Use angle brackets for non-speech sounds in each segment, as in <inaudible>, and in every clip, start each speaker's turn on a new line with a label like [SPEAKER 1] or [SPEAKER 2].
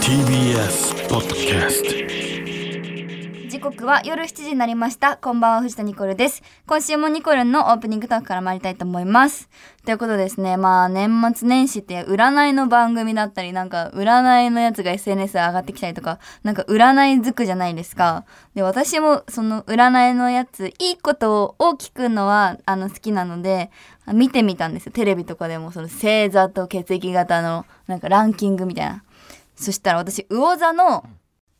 [SPEAKER 1] TBS ポッドキャスト
[SPEAKER 2] 時刻は夜7時になりましたこんばんは藤田ニコルです今週もニコルンのオープニングトークから参りたいと思いますということでですねまあ年末年始って占いの番組だったりなんか占いのやつが SNS 上がってきたりとかなんか占いづくじゃないですかで私もその占いのやついいことを大きくのはあの好きなので見てみたんですよテレビとかでもその星座と血液型のなんかランキングみたいなそしたら私魚座の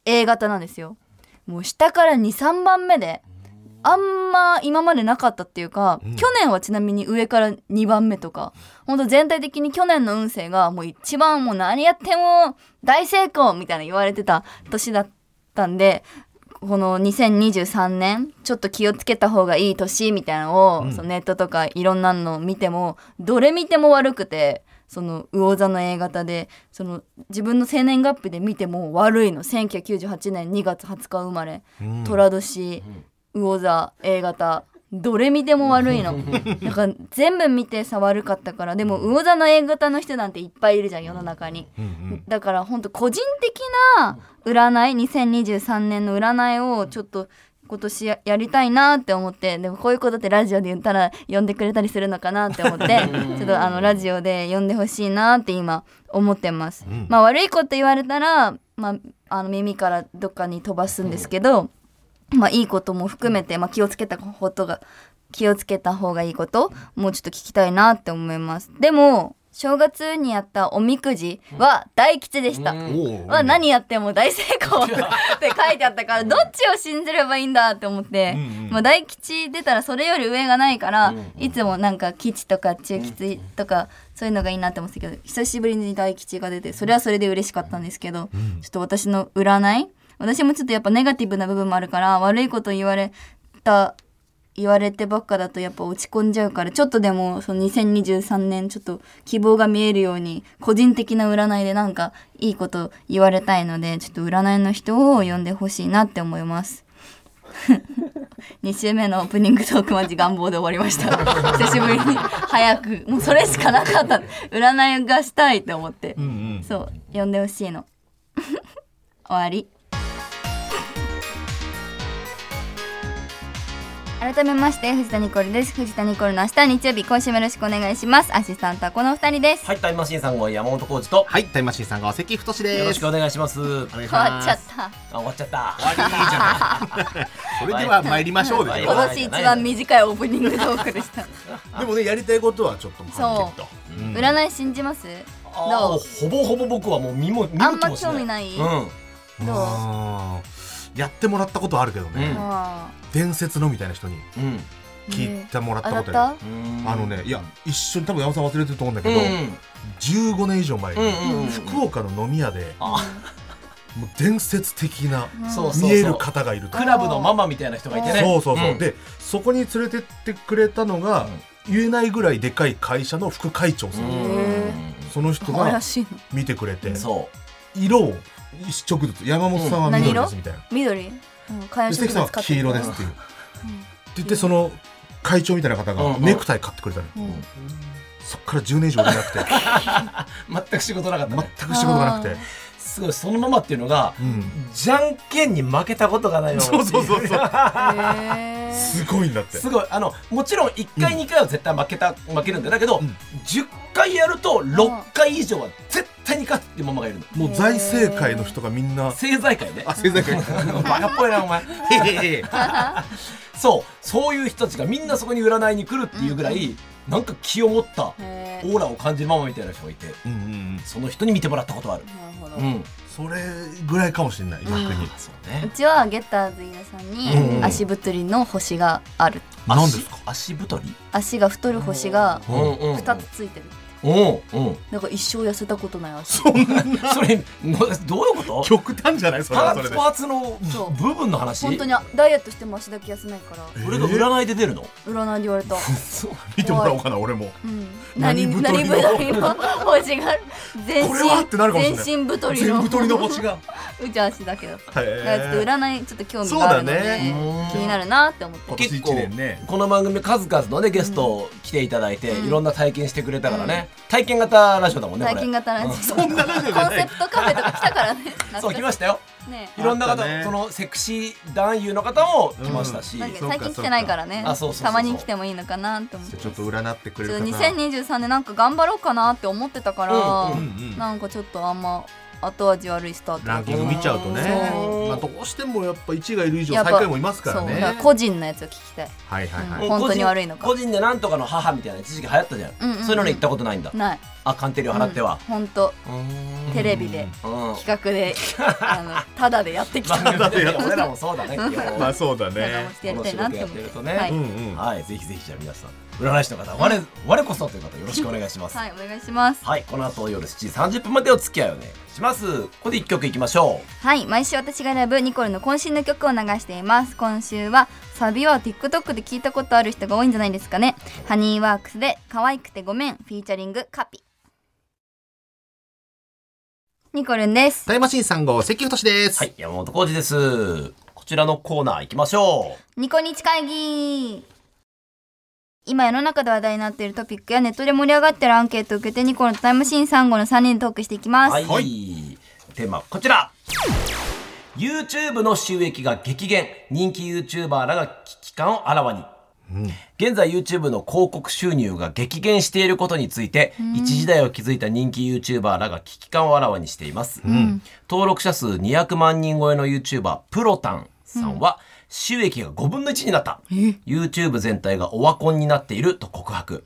[SPEAKER 2] A 型なんですよもう下から23番目であんま今までなかったっていうか、去年はちなみに上から2番目とかほんと全体的に去年の運勢がもう一番もう何やっても大成功みたいな言われてた年だったんでこの2023年ちょっと気をつけた方がいい年みたいなのを、そのネットとかいろんなのを見てもどれ見ても悪くてその魚座の A 型でその自分の生年月日で見ても悪いの1998年2月20日生まれ寅年魚座 A 型どれ見ても悪いのだから全部見てさ悪かったからでも魚座の A 型の人なんていっぱいいるじゃん世の中に。だから本当個人的な占い2023年の占いをちょっと今年ややりたいなって思ってでもこういうことってラジオで言ったら呼んでくれたりするのかなって思ってちょっとあのラジオで呼んでほしいなって今思ってます。まあ悪いこと言われたら、まあ、あの耳からどっかに飛ばすんですけど、まあ、いいことも含めて、まあ、気をつけたことが気をつけた方がいいこともうちょっと聞きたいなって思いますでも正月にやったおみくじは大吉でした、は何やっても大成功って書いてあったからどっちを信じればいいんだって思って、まあ、大吉出たらそれより上がないから、いつもなんか吉とか中吉とかそういうのがいいなって思ってたけど久しぶりに大吉が出てそれはそれで嬉しかったんですけど、ちょっと私の占い私もちょっとやっぱネガティブな部分もあるから悪いこと言われた言われてばっかだとやっぱ落ち込んじゃうからちょっとでもその2023年ちょっと希望が見えるように個人的な占いでなんかいいこと言われたいのでちょっと占いの人を呼んでほしいなって思います。2週目のオープニングトークマジ願望で終わりました久しぶりに早くもうそれしかなかった占いがしたいって思って、そう呼んでほしいの <laughs> 終わり改めまして藤田ニコルです藤田ニコルの明日日曜日今週もよろしくお願いしますアシスタントはこのお二人です、
[SPEAKER 3] はい、タイムマシーンさんが山本浩二と、
[SPEAKER 4] はい、タイムマシーンさんが関太志です。
[SPEAKER 3] よろしくお願いします。
[SPEAKER 4] お願いし
[SPEAKER 2] 変わ
[SPEAKER 4] ま
[SPEAKER 2] っ
[SPEAKER 4] す。
[SPEAKER 2] ちゃった
[SPEAKER 3] あ、終わっちゃった。
[SPEAKER 4] それでは参りましょうです
[SPEAKER 3] はい
[SPEAKER 4] よ
[SPEAKER 2] 今年一番短いオープニングトークでした
[SPEAKER 4] でもね、やりたいことはちょっとはっきりと。
[SPEAKER 2] 占い信じます
[SPEAKER 3] あ
[SPEAKER 2] どう
[SPEAKER 3] ーほぼほぼ僕はもう見も見
[SPEAKER 2] あん
[SPEAKER 3] 向き
[SPEAKER 2] ま
[SPEAKER 3] もし
[SPEAKER 2] 興味ない、
[SPEAKER 3] う
[SPEAKER 2] ど
[SPEAKER 3] ん。
[SPEAKER 2] う、
[SPEAKER 4] あーやってもらったことはあるけどね、
[SPEAKER 2] あ
[SPEAKER 4] 伝説のみたいな人に
[SPEAKER 3] うん。
[SPEAKER 4] 聞いてもらっ
[SPEAKER 2] あ
[SPEAKER 4] た
[SPEAKER 2] 当
[SPEAKER 4] こと
[SPEAKER 2] た
[SPEAKER 4] あ
[SPEAKER 2] っ
[SPEAKER 4] る。
[SPEAKER 2] た
[SPEAKER 3] うん
[SPEAKER 4] あの。ね、いや、一緒に多分山本さん忘れてると思うんだ
[SPEAKER 3] う
[SPEAKER 4] け
[SPEAKER 3] ん
[SPEAKER 4] ど、。15年以上前に、
[SPEAKER 3] うんうん
[SPEAKER 4] 福岡の飲み屋で、
[SPEAKER 3] あ、
[SPEAKER 4] もう伝説的な
[SPEAKER 3] そうそうそう。
[SPEAKER 4] 見える方がいると。
[SPEAKER 3] クラブのママみたいな人がいてね。
[SPEAKER 4] そうそうそう、
[SPEAKER 3] ん。
[SPEAKER 4] でそこに連れてってくれたのが、言えないぐらいでかい会社の副会長さ、
[SPEAKER 3] うん
[SPEAKER 2] へ
[SPEAKER 4] その人が
[SPEAKER 2] 怪しいの
[SPEAKER 4] 見てくれて
[SPEAKER 3] ん。そう。
[SPEAKER 4] 色を一色ずつ山本さんは緑
[SPEAKER 2] うん
[SPEAKER 4] で
[SPEAKER 2] 何
[SPEAKER 4] す
[SPEAKER 2] 色
[SPEAKER 4] みたいな、
[SPEAKER 2] 緑うん観葉
[SPEAKER 4] で
[SPEAKER 2] 植
[SPEAKER 4] 関さん
[SPEAKER 2] 物
[SPEAKER 4] は
[SPEAKER 2] 買って
[SPEAKER 4] 黄
[SPEAKER 2] きた
[SPEAKER 4] 色ですっていう、って言ってその会長みたいな方
[SPEAKER 3] うん
[SPEAKER 4] が
[SPEAKER 3] うん
[SPEAKER 4] ネクタイ買ってくれたの、
[SPEAKER 2] うん
[SPEAKER 4] そっから10年以上売れなくて
[SPEAKER 3] 全く仕事なかった
[SPEAKER 4] 全
[SPEAKER 3] ね。
[SPEAKER 4] く仕事がなくて、
[SPEAKER 3] すごいそのままっていうのが
[SPEAKER 4] う、ん、
[SPEAKER 3] じゃんけんに負けたことがないの。
[SPEAKER 4] そうそうそうそう
[SPEAKER 2] へー
[SPEAKER 4] すごいんだって
[SPEAKER 3] すごいあのもちろん1回2回は絶対負けた、負けるんだよだけど、
[SPEAKER 4] うん
[SPEAKER 3] 10回やると6回以上は絶対に勝つってママがいる
[SPEAKER 4] も
[SPEAKER 3] の
[SPEAKER 4] う財政界の人がみんな
[SPEAKER 3] 政財界ね
[SPEAKER 4] あ政財界
[SPEAKER 3] バカっぽいなお前
[SPEAKER 4] へへへ
[SPEAKER 3] そうそういう人たちがみんなそこに占いに来るっていうぐらい、なんか気を持った
[SPEAKER 2] <laughs> へ
[SPEAKER 3] オ
[SPEAKER 2] ー
[SPEAKER 3] ーラを感じるママみたいな人がいて
[SPEAKER 4] うんうんうん
[SPEAKER 3] その人に見てもらったことはある
[SPEAKER 2] なるほど
[SPEAKER 3] うん
[SPEAKER 4] それぐらいかもしれない逆に
[SPEAKER 3] そう
[SPEAKER 2] う
[SPEAKER 3] ね
[SPEAKER 2] ちはゲッターズ飯田さん
[SPEAKER 4] うんう
[SPEAKER 2] に
[SPEAKER 4] ん
[SPEAKER 2] 足太りの星がある
[SPEAKER 4] 何ですか
[SPEAKER 3] 足足太り
[SPEAKER 2] 足が太る星が
[SPEAKER 3] うんうんうん
[SPEAKER 2] 2つついてる
[SPEAKER 3] うんうん
[SPEAKER 2] なんか一生痩せたことない足
[SPEAKER 3] <laughs> それのどういうこと
[SPEAKER 4] 極端じゃないそれ
[SPEAKER 3] パ
[SPEAKER 4] はそれ
[SPEAKER 3] ーツ
[SPEAKER 4] で
[SPEAKER 3] パーツの
[SPEAKER 2] そう
[SPEAKER 3] 部分の話
[SPEAKER 2] 本当にダイエットしても足だけ痩せないから
[SPEAKER 3] それが占いで出るの、
[SPEAKER 2] 占いで言われた
[SPEAKER 3] そう
[SPEAKER 4] 見てもらおうかな俺も <laughs>
[SPEAKER 2] うん
[SPEAKER 4] 何
[SPEAKER 2] 何何
[SPEAKER 4] 太
[SPEAKER 2] 太
[SPEAKER 4] り
[SPEAKER 2] りの星が全
[SPEAKER 4] これはってなるかもしれ
[SPEAKER 2] 身
[SPEAKER 4] ない
[SPEAKER 2] 全身太り
[SPEAKER 4] 全
[SPEAKER 2] の
[SPEAKER 4] 部鳥の星が
[SPEAKER 2] うちは足だけど。だからちょっと
[SPEAKER 4] へ
[SPEAKER 2] 占いちょっと興味があるので、
[SPEAKER 4] そうだね
[SPEAKER 2] 気になるなって思って
[SPEAKER 4] 今
[SPEAKER 2] る。
[SPEAKER 4] 年一年ね
[SPEAKER 3] この番組数々のねゲスト来ていただいて、
[SPEAKER 2] うん
[SPEAKER 3] いろんな体験してくれたからね、体験型ラジオだもんねこれ
[SPEAKER 2] 最近型なんです。コ
[SPEAKER 4] そ
[SPEAKER 2] ン
[SPEAKER 4] んなラジオじゃな
[SPEAKER 2] セ
[SPEAKER 4] い
[SPEAKER 2] プトカフェとか来たからね。
[SPEAKER 4] <laughs>
[SPEAKER 3] そう来ましたよ
[SPEAKER 2] た。ね。
[SPEAKER 3] いろんな
[SPEAKER 4] あっ
[SPEAKER 3] 方、
[SPEAKER 4] たね
[SPEAKER 3] そのセクシー男優の方も来ましたし、
[SPEAKER 4] うん
[SPEAKER 2] なんか
[SPEAKER 4] そうか
[SPEAKER 2] 最近来てないからね
[SPEAKER 3] そうかあそうそ
[SPEAKER 2] た
[SPEAKER 3] うそうそう
[SPEAKER 2] まに来てもいいのかなって思って
[SPEAKER 4] ちょっと占ってくれ
[SPEAKER 2] ち
[SPEAKER 4] る
[SPEAKER 2] ょっ
[SPEAKER 4] 方
[SPEAKER 2] と2023年なんか頑張ろうかなって思ってたから、
[SPEAKER 3] うん
[SPEAKER 4] うんうん
[SPEAKER 2] なんかちょっとあんま後味悪いスタート
[SPEAKER 4] ランキング見ちゃうとね
[SPEAKER 2] そう
[SPEAKER 4] まあどうしてもやっぱ1位がいる以上
[SPEAKER 2] やっ
[SPEAKER 4] 最
[SPEAKER 2] ぱ
[SPEAKER 4] 下位もいますから
[SPEAKER 2] そう
[SPEAKER 4] ね
[SPEAKER 2] だから個人のやつを聞きたい
[SPEAKER 4] はいはいは
[SPEAKER 2] う
[SPEAKER 4] い
[SPEAKER 2] ん
[SPEAKER 3] もう個人
[SPEAKER 2] 本当に悪いのか
[SPEAKER 3] 個人でなんとかの母みたいな一時期流行ったじゃん,、
[SPEAKER 2] うんうんうん
[SPEAKER 3] そういうのに行ったことないんだ
[SPEAKER 2] ない
[SPEAKER 3] あ鑑定料払っては、
[SPEAKER 2] 本当テレビで
[SPEAKER 3] うん
[SPEAKER 2] 企画であのタダでやってきた
[SPEAKER 3] ま
[SPEAKER 2] の
[SPEAKER 3] あ、
[SPEAKER 2] で
[SPEAKER 3] だって俺らもそ
[SPEAKER 2] <laughs>
[SPEAKER 3] うだね
[SPEAKER 4] まあそうだ
[SPEAKER 2] なんか
[SPEAKER 4] ね
[SPEAKER 2] もうしてやりたいなって思っ
[SPEAKER 3] この仕事やってる
[SPEAKER 2] て
[SPEAKER 3] とね
[SPEAKER 2] はい、
[SPEAKER 4] うんうん
[SPEAKER 3] はいぜひぜひじゃあ皆さん占い師の方我,、我こそという方よろしくお願いします
[SPEAKER 2] はい、お願いします
[SPEAKER 3] はい、この後夜7時30分までお付き合いをねします。ここで一曲いきましょ
[SPEAKER 2] はい毎週私が選ぶニコルの渾身の曲を流しています今週はサビは TikTok で聞いたことある人が多いんじゃないですかねハニーワークスで可愛くてごめんフィーチャリングカピニコルンです
[SPEAKER 5] タイムマシーン3号関太で
[SPEAKER 3] う。
[SPEAKER 5] す、
[SPEAKER 3] はい、山本浩二です。こちらのコーナー行きましょ
[SPEAKER 2] ニコニチ会議今世の中で話題になっているトピックやネットで盛り上がってるアンケートを受けてニコルのタイムマシーン3号の3人でトークしていき
[SPEAKER 3] う。
[SPEAKER 2] ます、
[SPEAKER 3] はい、テーマこちら。YouTube の収益が激減、人気 YouTuber らが危機感をあらわに。現在 YouTube の広告収入が激減していることについて、一時代を築いた人気 YouTuber らが危機感をあらわにしています。登録者数200万人超えの YouTuber プロタンさんは、収益が5分の1になった。YouTube 全体がオワコンになっていると告白。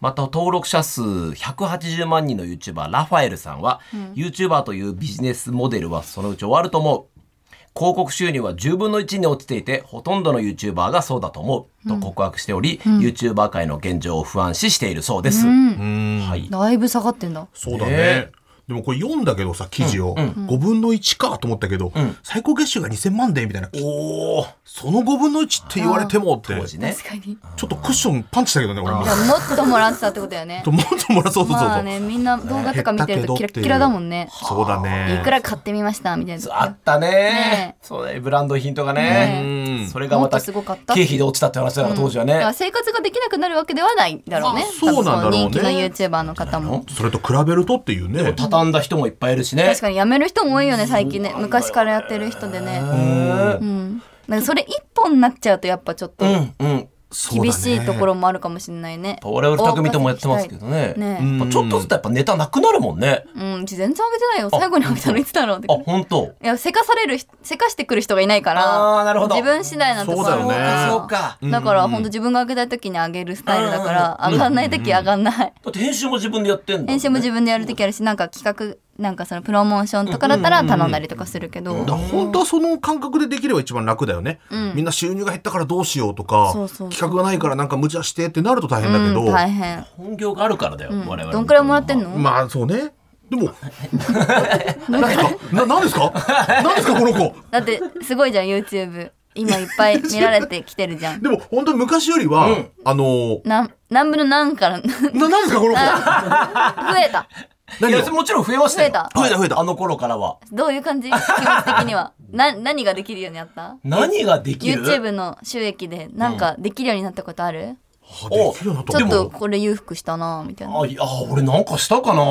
[SPEAKER 3] また登録者数180万人の YouTuber ラファエルさんは、YouTuber というビジネスモデルはそのうち終わると思う。広告収入は10分の1に落ちていてほとんどの YouTuber がそうだと思うと告白しており、YouTuber 界の現状を不安視しているそうです。はい、
[SPEAKER 2] だいぶ下がってんだ
[SPEAKER 4] そうだ
[SPEAKER 3] ね
[SPEAKER 4] ねでもこれ読んだけどさ記事を5分の1かと思ったけど最高月収が2000万でみたいな
[SPEAKER 3] おお
[SPEAKER 4] その5分の1って言われてもって
[SPEAKER 3] 当時ね
[SPEAKER 2] 確か <laughs> にい
[SPEAKER 4] ちょっとクッションパンチしたけどね俺も
[SPEAKER 2] やもっともらってたってことだよ <laughs> ね
[SPEAKER 4] ともっともらそうそうそう
[SPEAKER 2] ま
[SPEAKER 4] そ
[SPEAKER 2] あ
[SPEAKER 4] う
[SPEAKER 2] ねみんな動画とか見てるとキラッキラだもんね
[SPEAKER 4] そうだね
[SPEAKER 2] いくら買ってみましたみたいな
[SPEAKER 3] あったね
[SPEAKER 2] ね
[SPEAKER 3] そうねブランド品とか
[SPEAKER 2] ね
[SPEAKER 3] ね
[SPEAKER 4] うん
[SPEAKER 3] それがま
[SPEAKER 2] も
[SPEAKER 3] た
[SPEAKER 2] っとす
[SPEAKER 3] 経
[SPEAKER 2] ごかった
[SPEAKER 3] 費で落ちたって話だから当時はね、
[SPEAKER 2] だから生活ができなくなるわけではないだろうね
[SPEAKER 4] あそうなんだろうね
[SPEAKER 2] 多分その人気の YouTuber の方も
[SPEAKER 4] それと比べるとっていうね
[SPEAKER 3] 畳んだ人もいっぱいいるしね
[SPEAKER 2] 確かに辞める人も多いよね最近ね昔からやってる人でねうんだからそれ一本になっちゃうとやっぱちょっと
[SPEAKER 3] うんうん
[SPEAKER 2] 厳しいところもあるかもしれないね
[SPEAKER 3] 我々二組ともやってますけどね
[SPEAKER 2] ね
[SPEAKER 3] やっぱちょっとずつやっぱネタなくなるもんね、
[SPEAKER 2] うんうち全然上げてないよ最後に上げたのいつだろうって
[SPEAKER 3] あ本当
[SPEAKER 2] いやせかされる人せかしてくる人がいないから
[SPEAKER 3] あーなるほど
[SPEAKER 2] 自分次第なんて
[SPEAKER 4] そうだよね
[SPEAKER 3] そうかそうか
[SPEAKER 2] だから本当自分が上げたい時に上げるスタイルだから上がんない時上がんない
[SPEAKER 3] だって編集も自分でやってんだもんね
[SPEAKER 2] 編集も自分でやる時あるしなんか企画なんかそのプロモーションとかだったら頼んだりとかするけど
[SPEAKER 4] だから本当はその感覚でできれば一番楽だよね、みんな収入が減ったからどうしようとか
[SPEAKER 2] そうそうそう
[SPEAKER 4] 企画がないからなんか無茶してってなると大変だけど、
[SPEAKER 2] うん大変
[SPEAKER 3] 本業があるからだよ、我々
[SPEAKER 2] どんくらいもらってんの
[SPEAKER 4] まあそうねで
[SPEAKER 2] <laughs>
[SPEAKER 4] も何ですかな何ですか何ですかこの子
[SPEAKER 2] だってすごいじゃん YouTube 今いっぱい見られてきてるじゃん
[SPEAKER 4] でも本当に昔よりは、あのー、
[SPEAKER 2] なん何分の何から <laughs> 増
[SPEAKER 4] な何ですかこの子
[SPEAKER 2] えた
[SPEAKER 3] い
[SPEAKER 4] 何
[SPEAKER 3] や
[SPEAKER 4] よ
[SPEAKER 3] もちろん増えましたよ
[SPEAKER 2] 増えた
[SPEAKER 3] は
[SPEAKER 4] 増
[SPEAKER 3] い
[SPEAKER 4] えた増えた
[SPEAKER 3] あの頃からは
[SPEAKER 2] どういう感じ気持ち的にはな何ができるようになった
[SPEAKER 3] 何ができる
[SPEAKER 2] YouTube の収益でなんかできるようになったことある、
[SPEAKER 4] あできるようになった
[SPEAKER 2] ちょっ
[SPEAKER 4] で
[SPEAKER 2] と
[SPEAKER 4] も
[SPEAKER 2] これ裕福したなみたいな
[SPEAKER 3] あいや俺なんかしたかな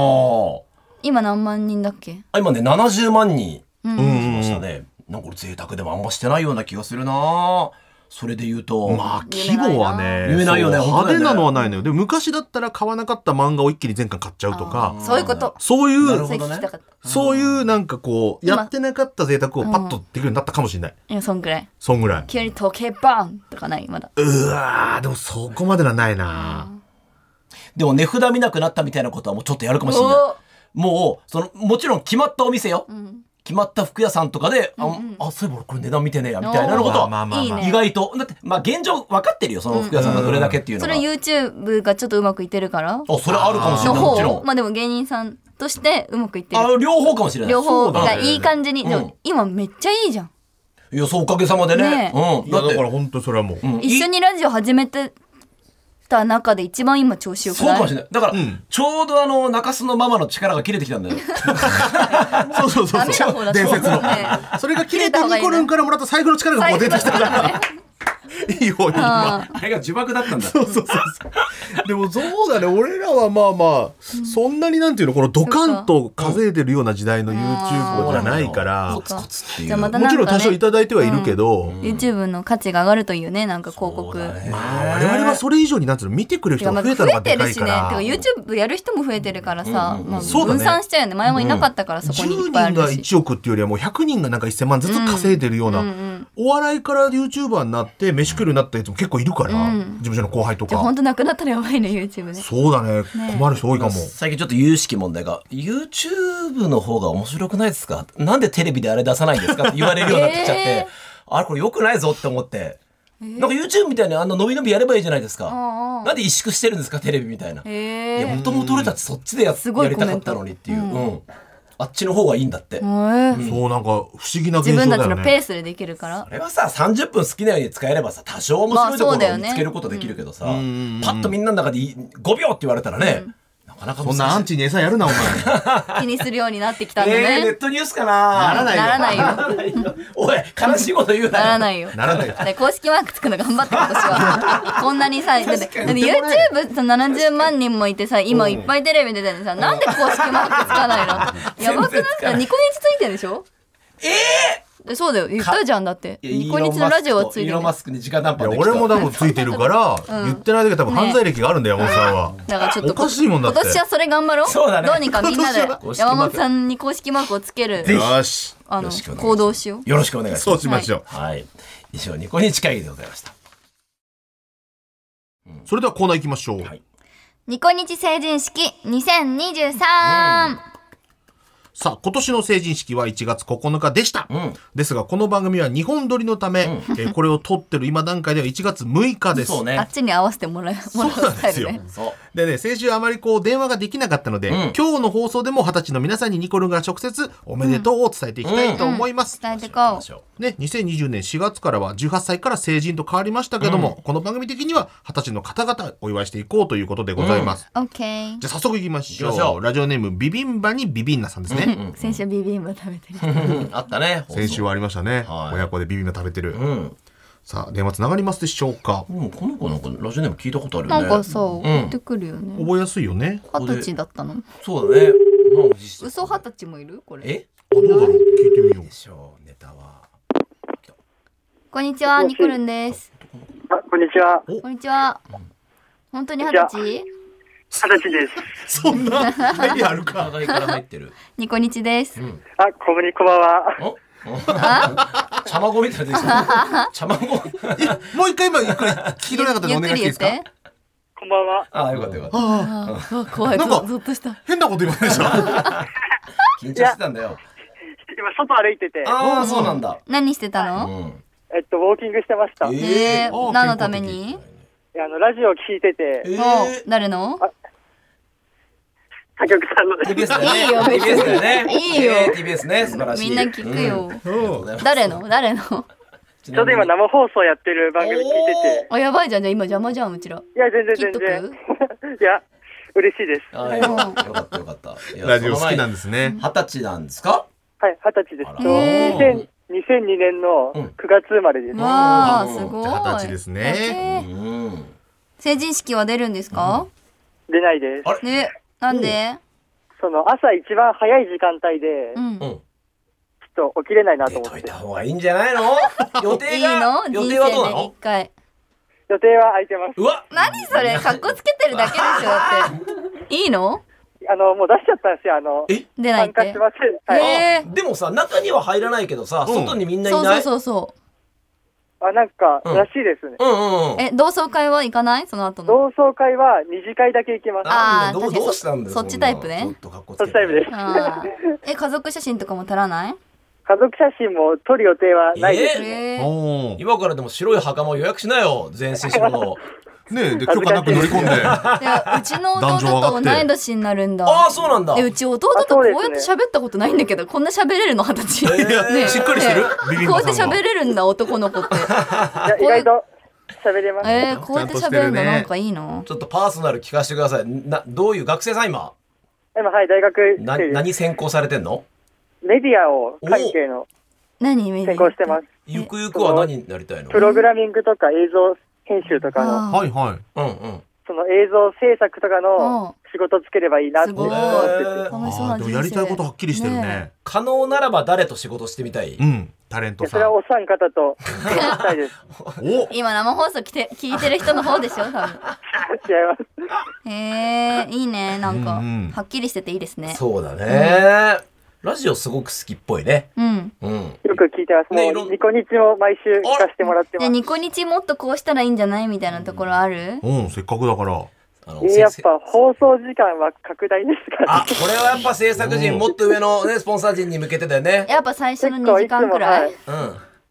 [SPEAKER 2] 今何万人だっけ
[SPEAKER 3] あ今ね70万人
[SPEAKER 2] う
[SPEAKER 4] うん
[SPEAKER 2] ん、
[SPEAKER 3] し
[SPEAKER 4] うん
[SPEAKER 3] ましたね、なんか俺贅沢でもあんましてないような気がするなそれで言うと
[SPEAKER 4] まあ規模はね
[SPEAKER 3] 夢
[SPEAKER 4] そう
[SPEAKER 3] ないな夢ないよね本当だ
[SPEAKER 4] 派
[SPEAKER 3] よね
[SPEAKER 4] 手なのはないのよでも昔だったら買わなかった漫画を一気に全巻買っちゃうとか
[SPEAKER 2] そういうこと
[SPEAKER 4] そうい
[SPEAKER 3] なるほ
[SPEAKER 4] う
[SPEAKER 3] ど
[SPEAKER 2] そう
[SPEAKER 3] ね
[SPEAKER 2] 聞きたかった
[SPEAKER 4] そういうなんかこう
[SPEAKER 2] 今
[SPEAKER 4] やってなかった贅沢をパッとできるようになったかもしれない、
[SPEAKER 2] いやそんくらい
[SPEAKER 4] そんぐらい
[SPEAKER 2] 急に時計バーンとかないまだ
[SPEAKER 4] うわーでもそこまではないな、
[SPEAKER 3] でも値札見なくなったみたいなことはもうちょっとやるかもしれない
[SPEAKER 2] おー
[SPEAKER 3] もうそのもちろん決まったお店よ、
[SPEAKER 2] ん
[SPEAKER 3] 決まった服屋さんとかで、ああそういえば俺これ値段見てねえやみたいなのこと
[SPEAKER 4] おーまあ
[SPEAKER 3] は
[SPEAKER 4] まあまあ
[SPEAKER 2] いいね
[SPEAKER 3] 意外とだってまあ現状分かってるよその服屋さんがどれだけっていうの
[SPEAKER 2] そ
[SPEAKER 3] が、
[SPEAKER 2] れ YouTube がちょっとうまくいってるから
[SPEAKER 3] あそれあるかもしれ
[SPEAKER 2] の
[SPEAKER 3] ないもちろ
[SPEAKER 2] 方
[SPEAKER 3] ん、
[SPEAKER 2] まあでも芸人さんとしてうまくいってる
[SPEAKER 3] あ両方かもしれない
[SPEAKER 2] 両方
[SPEAKER 4] そうだ
[SPEAKER 2] が
[SPEAKER 4] ね
[SPEAKER 2] いい感じに、で
[SPEAKER 3] うん
[SPEAKER 2] も今めっちゃいいじゃん
[SPEAKER 3] いやそうおかげさまでね
[SPEAKER 2] ねえ
[SPEAKER 3] うん
[SPEAKER 4] いや
[SPEAKER 3] だっ
[SPEAKER 4] だ
[SPEAKER 3] て
[SPEAKER 4] から本当それはもう、
[SPEAKER 3] うん
[SPEAKER 2] 一緒にラジオ始めてた中で一番今調子よく
[SPEAKER 3] そう
[SPEAKER 2] ない
[SPEAKER 3] かもしれない。だから、
[SPEAKER 6] ん
[SPEAKER 3] ちょうどあの、中洲のママの力が切れてきたんだよ。
[SPEAKER 6] そうそうそう
[SPEAKER 2] ダメな
[SPEAKER 6] そ
[SPEAKER 2] 方
[SPEAKER 6] う
[SPEAKER 2] だ
[SPEAKER 6] 伝説の
[SPEAKER 2] ね
[SPEAKER 4] それが切れ
[SPEAKER 2] 切れた
[SPEAKER 4] た
[SPEAKER 2] 方がいい
[SPEAKER 4] ニ
[SPEAKER 2] ね
[SPEAKER 4] コルンからもらった最後の力がこう出てきたから。いいよ、いいよ。
[SPEAKER 3] <laughs> あれが呪縛だったんだ。
[SPEAKER 6] そうそうそうでもそうだね俺らはまあまあ、そんなになんていうのこのドカンと稼いでるような時代の YouTube じゃないから、
[SPEAKER 3] コツコツってい
[SPEAKER 2] じゃ
[SPEAKER 3] う。
[SPEAKER 2] あまた
[SPEAKER 6] も
[SPEAKER 2] な
[SPEAKER 6] ち
[SPEAKER 2] ん
[SPEAKER 6] ろん
[SPEAKER 2] か、
[SPEAKER 6] 多少い
[SPEAKER 2] ね、
[SPEAKER 6] ただいてはいるけど、
[SPEAKER 2] YouTube の価値が上がるというねなんか広告
[SPEAKER 6] まあ我々はそれ以上になんていうの見てくれる
[SPEAKER 2] て
[SPEAKER 6] 人
[SPEAKER 2] かま
[SPEAKER 6] が
[SPEAKER 2] あ
[SPEAKER 6] 増えた
[SPEAKER 2] 増
[SPEAKER 6] のがで
[SPEAKER 2] えて
[SPEAKER 6] か
[SPEAKER 2] る
[SPEAKER 6] い
[SPEAKER 2] し
[SPEAKER 6] か
[SPEAKER 2] ね
[SPEAKER 6] ら。
[SPEAKER 2] てか YouTube やる人も増えてるからさ、まあ
[SPEAKER 6] そうだね
[SPEAKER 2] 分散しちゃうよね前もいなかったからそこにい
[SPEAKER 6] 10
[SPEAKER 2] っぱいあ
[SPEAKER 6] 人が
[SPEAKER 2] るし、
[SPEAKER 6] 1億っていうよりはもう100人がなんか1000万ずつ稼いでるような、お笑いから YouTuber になって飯食えるようになったやつも結構いるから、事務所の後輩と
[SPEAKER 2] じゃあ
[SPEAKER 6] か
[SPEAKER 2] 本当なくなったらやばいね YouTube ね
[SPEAKER 6] そうだね困る人多いかも、
[SPEAKER 3] 最近ちょっと有識問題が、YouTube の方が面白くないですかなんでテレビであれ出さないんですかって言われるようになってきちゃっ
[SPEAKER 2] <laughs>
[SPEAKER 3] て、
[SPEAKER 2] え
[SPEAKER 3] あれこれ良くないぞって思って、なんか YouTube みたいにあんな伸び伸びやればいいじゃないですか。
[SPEAKER 2] んうん
[SPEAKER 3] なんで萎縮してるんですかテレビみたいな。
[SPEAKER 2] へ
[SPEAKER 3] いや、
[SPEAKER 2] え
[SPEAKER 3] 元々俺たちそっちでや
[SPEAKER 2] すごい
[SPEAKER 3] やりたかったのにっていう。うん。あっちの方がいいんだって。
[SPEAKER 6] そうなんか不思議な現
[SPEAKER 2] 自
[SPEAKER 6] 象だよね
[SPEAKER 2] 分たちのペースでできるから
[SPEAKER 3] あれはさ30分好きなように使えればさ多少面白いと
[SPEAKER 2] まあ
[SPEAKER 3] こ
[SPEAKER 2] そうだ
[SPEAKER 3] ろ
[SPEAKER 2] よ
[SPEAKER 3] を見
[SPEAKER 2] ね
[SPEAKER 3] つけることできるけどさ、パッとみんなの中でい5秒って言われたらね、なかなか難しい
[SPEAKER 6] そんなアンチに餌やるなお前
[SPEAKER 2] <laughs> 気にするようになってきたん
[SPEAKER 6] <laughs>
[SPEAKER 2] で
[SPEAKER 3] えー、ネ
[SPEAKER 2] ね
[SPEAKER 3] ッ、トニュースか
[SPEAKER 6] な
[SPEAKER 3] な
[SPEAKER 6] らないよ
[SPEAKER 2] ならないよ
[SPEAKER 3] ならないよ <laughs> おい悲しいこと言う
[SPEAKER 2] な
[SPEAKER 3] なよ
[SPEAKER 2] らないよ
[SPEAKER 6] ならない
[SPEAKER 2] だから公式マークつくの頑張って今年
[SPEAKER 3] <laughs>
[SPEAKER 2] はこんなにさだってだって
[SPEAKER 3] 確
[SPEAKER 2] YouTube と70万人もいてさ今いっぱいテレビ出てるのにさなんで公式マークつかないのやばくない
[SPEAKER 3] 全然つかない
[SPEAKER 2] ニコニチついてるでしょええそうだよ言ったじゃんだって
[SPEAKER 3] いや
[SPEAKER 2] ニコニチのラジオはついて
[SPEAKER 3] イー
[SPEAKER 2] る
[SPEAKER 3] ロンマスクに直談
[SPEAKER 6] いや
[SPEAKER 3] 判できた
[SPEAKER 6] 俺も多分ついてるから、言ってないだけ多分犯罪歴があるんだよ、山本さんは。
[SPEAKER 2] だからちょっと
[SPEAKER 6] おかしいもんだって。
[SPEAKER 2] 今年はそれ頑張ろう
[SPEAKER 3] そうだね
[SPEAKER 2] どうにかみんなで
[SPEAKER 6] 今
[SPEAKER 3] 年は
[SPEAKER 2] 山本さんに公式マークをつける
[SPEAKER 6] よし。
[SPEAKER 2] あの
[SPEAKER 3] よろしくお願いします
[SPEAKER 2] 行動しよう
[SPEAKER 3] よろしくお願いし
[SPEAKER 6] そ
[SPEAKER 3] ま
[SPEAKER 6] う
[SPEAKER 3] す
[SPEAKER 6] しましょう。
[SPEAKER 3] はい以上ニコニチ会議でございました
[SPEAKER 6] それではコーナー行きましょう。
[SPEAKER 3] はい
[SPEAKER 2] ニコニチ成人式2023、
[SPEAKER 4] さあ、今年の成人式は1月9日でした。
[SPEAKER 3] ん
[SPEAKER 4] ですが、この番組は日本撮りのため、えーこれを撮ってる今段階では1月6日です。
[SPEAKER 3] そう
[SPEAKER 2] あ
[SPEAKER 3] ね
[SPEAKER 2] っちに合わせてもらえもらうスタイルね
[SPEAKER 3] そう
[SPEAKER 4] でね、先週あまりこう電話ができなかったので、今日の放送でも二十歳の皆さんにニコルンが直接おめでとうを伝えていきたいと思います。
[SPEAKER 2] 伝えてこう
[SPEAKER 4] ね、2020年4月からは18歳から成人と変わりましたけども、この番組的には二十歳の方々お祝いしていこうということでございます。
[SPEAKER 2] オッケー
[SPEAKER 4] じゃあ早速いきましょう
[SPEAKER 3] 行きましょう
[SPEAKER 4] ラジオネームビビンバにビビンナさんですね、
[SPEAKER 2] 先週ビビンバ食べてる人
[SPEAKER 3] うんあったね
[SPEAKER 4] 先週はありましたね、
[SPEAKER 3] はい
[SPEAKER 4] 親子でビビンバ食べてる、
[SPEAKER 3] うん
[SPEAKER 4] さあ電話つながりますでしょうか
[SPEAKER 3] でもこの子なんかラジオネーム聞いたことあるよ
[SPEAKER 2] な
[SPEAKER 3] ね
[SPEAKER 2] んかさ送ってくるよね
[SPEAKER 4] 覚えやすいよね
[SPEAKER 2] 二十歳だったの
[SPEAKER 3] そうだねなんか実際
[SPEAKER 2] 嘘二十歳もいるこれ
[SPEAKER 3] え
[SPEAKER 4] あどうだろう聞いてみ
[SPEAKER 3] <laughs>
[SPEAKER 4] よう
[SPEAKER 3] でしょうネタは
[SPEAKER 2] こんにちはニコルンです
[SPEAKER 7] あ、こんにちは。
[SPEAKER 2] こんにちは本当に二十歳
[SPEAKER 7] 二十歳です。
[SPEAKER 6] そん
[SPEAKER 4] <laughs>
[SPEAKER 6] な、アイデアあるか。
[SPEAKER 3] 互いから入っ
[SPEAKER 2] <laughs>
[SPEAKER 3] てる
[SPEAKER 2] ニコニチです
[SPEAKER 7] あ、こんにこんばんは。
[SPEAKER 3] お茶まごみたいな
[SPEAKER 2] <laughs>
[SPEAKER 3] やつ茶まご
[SPEAKER 4] もう一回今これ聞き取れなかったの
[SPEAKER 2] ゆ
[SPEAKER 4] お
[SPEAKER 2] っ
[SPEAKER 4] 願
[SPEAKER 2] く
[SPEAKER 4] いしていいで
[SPEAKER 2] り言っ
[SPEAKER 4] すか
[SPEAKER 2] て
[SPEAKER 7] こんばんは。
[SPEAKER 3] ああよかったよかった
[SPEAKER 4] ああ
[SPEAKER 2] ああ怖い
[SPEAKER 4] なんか
[SPEAKER 2] ぞっとした
[SPEAKER 4] 変なこと言わないでしょ <laughs>
[SPEAKER 3] 緊張してたんだよ
[SPEAKER 7] 今、外歩いてて、
[SPEAKER 3] ああそうなんだ
[SPEAKER 2] 何してた
[SPEAKER 3] う
[SPEAKER 2] の
[SPEAKER 3] ん
[SPEAKER 7] えっと、ウォーキングしてました。
[SPEAKER 3] え
[SPEAKER 7] い
[SPEAKER 2] え
[SPEAKER 3] え
[SPEAKER 2] ー何のために
[SPEAKER 7] やあの、ラジオ聞いてて、
[SPEAKER 3] え
[SPEAKER 2] も
[SPEAKER 3] え
[SPEAKER 2] う誰の
[SPEAKER 7] 他局さんのです。
[SPEAKER 3] TBS だ
[SPEAKER 2] いいよ
[SPEAKER 3] よね
[SPEAKER 2] 別
[SPEAKER 3] TBS だよね
[SPEAKER 2] いいよ
[SPEAKER 3] えー TBS ね素晴らし
[SPEAKER 2] み
[SPEAKER 3] い
[SPEAKER 2] んな聞くよ
[SPEAKER 3] うんありがとうございます
[SPEAKER 2] 誰の誰の
[SPEAKER 3] <laughs> ち
[SPEAKER 7] ちょうど今、生放送やってる番組聞いてて、
[SPEAKER 2] あやばいじゃんじゃあ今邪魔じゃんうちら
[SPEAKER 7] いや、全然
[SPEAKER 2] 切っ
[SPEAKER 7] 全
[SPEAKER 2] と
[SPEAKER 7] 然
[SPEAKER 2] く。
[SPEAKER 7] <laughs> いや、嬉しいです。
[SPEAKER 3] あよかったよかったよかったいや
[SPEAKER 4] ラジオ好きなんですすね
[SPEAKER 3] 二十歳なんですか
[SPEAKER 7] はい、二十歳です
[SPEAKER 3] あ
[SPEAKER 7] と、
[SPEAKER 3] ら
[SPEAKER 2] へ
[SPEAKER 7] 2000 2002年の
[SPEAKER 3] うん
[SPEAKER 7] 9月生まれです。
[SPEAKER 2] わあすごい
[SPEAKER 4] じゃあ二十歳ですね
[SPEAKER 2] オッケー
[SPEAKER 3] うん
[SPEAKER 2] 成人式は出るんですか、
[SPEAKER 7] 出ないです
[SPEAKER 3] あ。
[SPEAKER 2] ねなんで
[SPEAKER 7] その、朝一番早い時間帯で
[SPEAKER 2] う、ん
[SPEAKER 3] うん
[SPEAKER 7] ちょっと起きれないなと
[SPEAKER 3] 出
[SPEAKER 7] 思
[SPEAKER 3] と
[SPEAKER 7] っ
[SPEAKER 3] い
[SPEAKER 7] て
[SPEAKER 3] た。方がいいんじゃないの
[SPEAKER 2] <laughs>
[SPEAKER 3] 予定
[SPEAKER 2] いいの
[SPEAKER 3] が
[SPEAKER 2] 人
[SPEAKER 3] 予定はど
[SPEAKER 2] 生で
[SPEAKER 3] うな
[SPEAKER 2] 一
[SPEAKER 3] の
[SPEAKER 2] 回
[SPEAKER 7] 予定は空いてます。
[SPEAKER 3] うわ
[SPEAKER 2] 何そ
[SPEAKER 4] <laughs>
[SPEAKER 2] れかっこつけてるだけでしょだっていいの
[SPEAKER 7] あの、もう出しちゃったんですよ、あの、
[SPEAKER 3] え
[SPEAKER 2] 出ないっ
[SPEAKER 7] 参加
[SPEAKER 2] て
[SPEAKER 7] しません。はい。
[SPEAKER 2] えー
[SPEAKER 3] でもさ中には入らないけどさ
[SPEAKER 4] うん
[SPEAKER 3] 外にみんない
[SPEAKER 2] そう
[SPEAKER 3] な
[SPEAKER 2] そう
[SPEAKER 3] い
[SPEAKER 2] そうそう
[SPEAKER 7] あ、なんか、
[SPEAKER 3] うん
[SPEAKER 7] らしいですね。
[SPEAKER 3] うんうんうん
[SPEAKER 2] え同窓会は行かないその後
[SPEAKER 4] <laughs>
[SPEAKER 2] の
[SPEAKER 7] 同窓会は二次会だけ行きます。
[SPEAKER 2] あー
[SPEAKER 3] どう
[SPEAKER 2] 確かに
[SPEAKER 3] どうしたんだよ
[SPEAKER 2] そっちタイプね
[SPEAKER 3] そんなちょっと格好つ
[SPEAKER 7] そ
[SPEAKER 3] け
[SPEAKER 7] ってちタイプです。
[SPEAKER 2] あーえ家族写真とかも撮らない
[SPEAKER 7] 家族写真も撮る予定はないです。
[SPEAKER 3] え
[SPEAKER 2] えー、
[SPEAKER 4] おー
[SPEAKER 3] 今からでも白い袴を予約しなよ全身
[SPEAKER 2] <laughs>
[SPEAKER 3] 白の
[SPEAKER 4] ねえで許可なく乗り込んで
[SPEAKER 2] いやうちの弟と同い年になるんだ
[SPEAKER 3] ああそうなんだ
[SPEAKER 2] えうち弟とこうやって喋ったことないんだけどこんな喋れるの二十歳
[SPEAKER 4] いやしっかりしてるビビン
[SPEAKER 2] こう
[SPEAKER 4] バ
[SPEAKER 2] やって
[SPEAKER 4] さんが
[SPEAKER 2] 喋
[SPEAKER 4] <laughs>
[SPEAKER 2] れるんだ男の子って
[SPEAKER 7] いや意外と喋れます。
[SPEAKER 2] えー、こうやって喋るのなんかいいな。
[SPEAKER 3] ちょっとパーソナル聞かせてください。な、どういう学生さん今
[SPEAKER 7] 今、はい、大学
[SPEAKER 3] な、
[SPEAKER 7] 生です
[SPEAKER 3] 何専攻されてんの
[SPEAKER 7] メディアを関係の
[SPEAKER 2] 何メディ
[SPEAKER 7] 専
[SPEAKER 2] ア
[SPEAKER 7] 攻してます。
[SPEAKER 3] ゆくゆくは何になりたいの
[SPEAKER 7] プログラミングとか映像編集とかの、
[SPEAKER 2] あー
[SPEAKER 4] はいはい。
[SPEAKER 3] うんうん。
[SPEAKER 7] その映像制作とか
[SPEAKER 2] うん
[SPEAKER 7] の仕事つければいいなって思ってて、
[SPEAKER 3] えー
[SPEAKER 2] 楽しそうな
[SPEAKER 4] あーで
[SPEAKER 2] 人
[SPEAKER 4] も
[SPEAKER 2] 生
[SPEAKER 4] やりたいことはっきりしてるね。
[SPEAKER 3] 可能ならば誰と仕事してみたい
[SPEAKER 4] うん。タレント
[SPEAKER 7] でそ
[SPEAKER 4] さ
[SPEAKER 7] れは
[SPEAKER 4] ん。
[SPEAKER 7] お三
[SPEAKER 2] <laughs>
[SPEAKER 7] 方とお話したいです。
[SPEAKER 4] お
[SPEAKER 2] 今生放送来て聞いてる人の方でしょ多
[SPEAKER 7] <laughs> 違います。
[SPEAKER 2] 分へえいいねなんか、
[SPEAKER 4] うんうん
[SPEAKER 2] はっきりしてていいですね
[SPEAKER 3] そうだね。ラジオすごく好きっぽいね。
[SPEAKER 2] うん
[SPEAKER 3] うん。
[SPEAKER 7] よく聞いてます。
[SPEAKER 3] ねい
[SPEAKER 7] も
[SPEAKER 3] ろん
[SPEAKER 7] う、ニコニチも毎週聞かせてもらってま。
[SPEAKER 2] ですニコニチもっとこうしたらいいんじゃないみたいなところある、
[SPEAKER 4] うん、せっかくだから。
[SPEAKER 3] あ
[SPEAKER 7] えーやっぱ放送時間は拡大ですから、
[SPEAKER 3] あ、これはやっぱ制作陣、もっと上のね、スポンサー陣に向けてだよね。
[SPEAKER 2] やっぱ最初の
[SPEAKER 7] 結構
[SPEAKER 2] 2時
[SPEAKER 7] いつも
[SPEAKER 2] 間くらい
[SPEAKER 3] う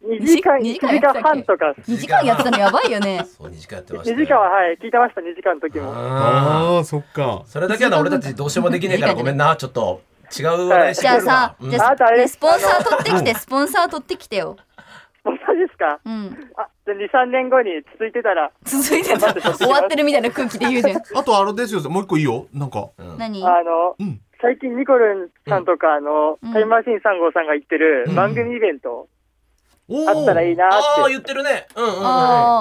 [SPEAKER 3] ん。
[SPEAKER 7] 2時間、
[SPEAKER 2] に時
[SPEAKER 7] 1時
[SPEAKER 2] 間やってたっ
[SPEAKER 7] 間
[SPEAKER 2] け
[SPEAKER 7] 半とか、
[SPEAKER 2] 2時間やってたのやばいよね
[SPEAKER 3] そう、2時間やってました
[SPEAKER 7] 2
[SPEAKER 3] よ。
[SPEAKER 7] 時間ははい、聞いてました、2時間の時も。
[SPEAKER 3] あー
[SPEAKER 4] あ、そっか。
[SPEAKER 3] それだけはな、俺たちどうしようもできねえからごめんな、ちょっと。違う話題して
[SPEAKER 2] じ
[SPEAKER 3] く
[SPEAKER 2] ゃあさ
[SPEAKER 3] れるわ、うん
[SPEAKER 2] じゃあ
[SPEAKER 7] あとあれ
[SPEAKER 2] スポンサー取ってきてスポンサー取ってきてよ
[SPEAKER 7] 本当ですか
[SPEAKER 2] うん
[SPEAKER 7] あ、じゃあ2、3年後に続いてたら、
[SPEAKER 2] 続いてた終わってるみたいな空気で言うじゃん
[SPEAKER 4] あとあれですよ、もう一個いいよ。なんか、
[SPEAKER 2] 何
[SPEAKER 7] あの、
[SPEAKER 4] うん
[SPEAKER 7] 最近ニコルンさんとか、あの、
[SPEAKER 2] うん
[SPEAKER 7] タイムマシーン3号さんが言ってる
[SPEAKER 4] うん
[SPEAKER 7] 番組イベント、
[SPEAKER 4] お
[SPEAKER 7] あったらいいなっ
[SPEAKER 3] ああ、
[SPEAKER 7] て
[SPEAKER 3] 言ってるね。うんうんうん。うわ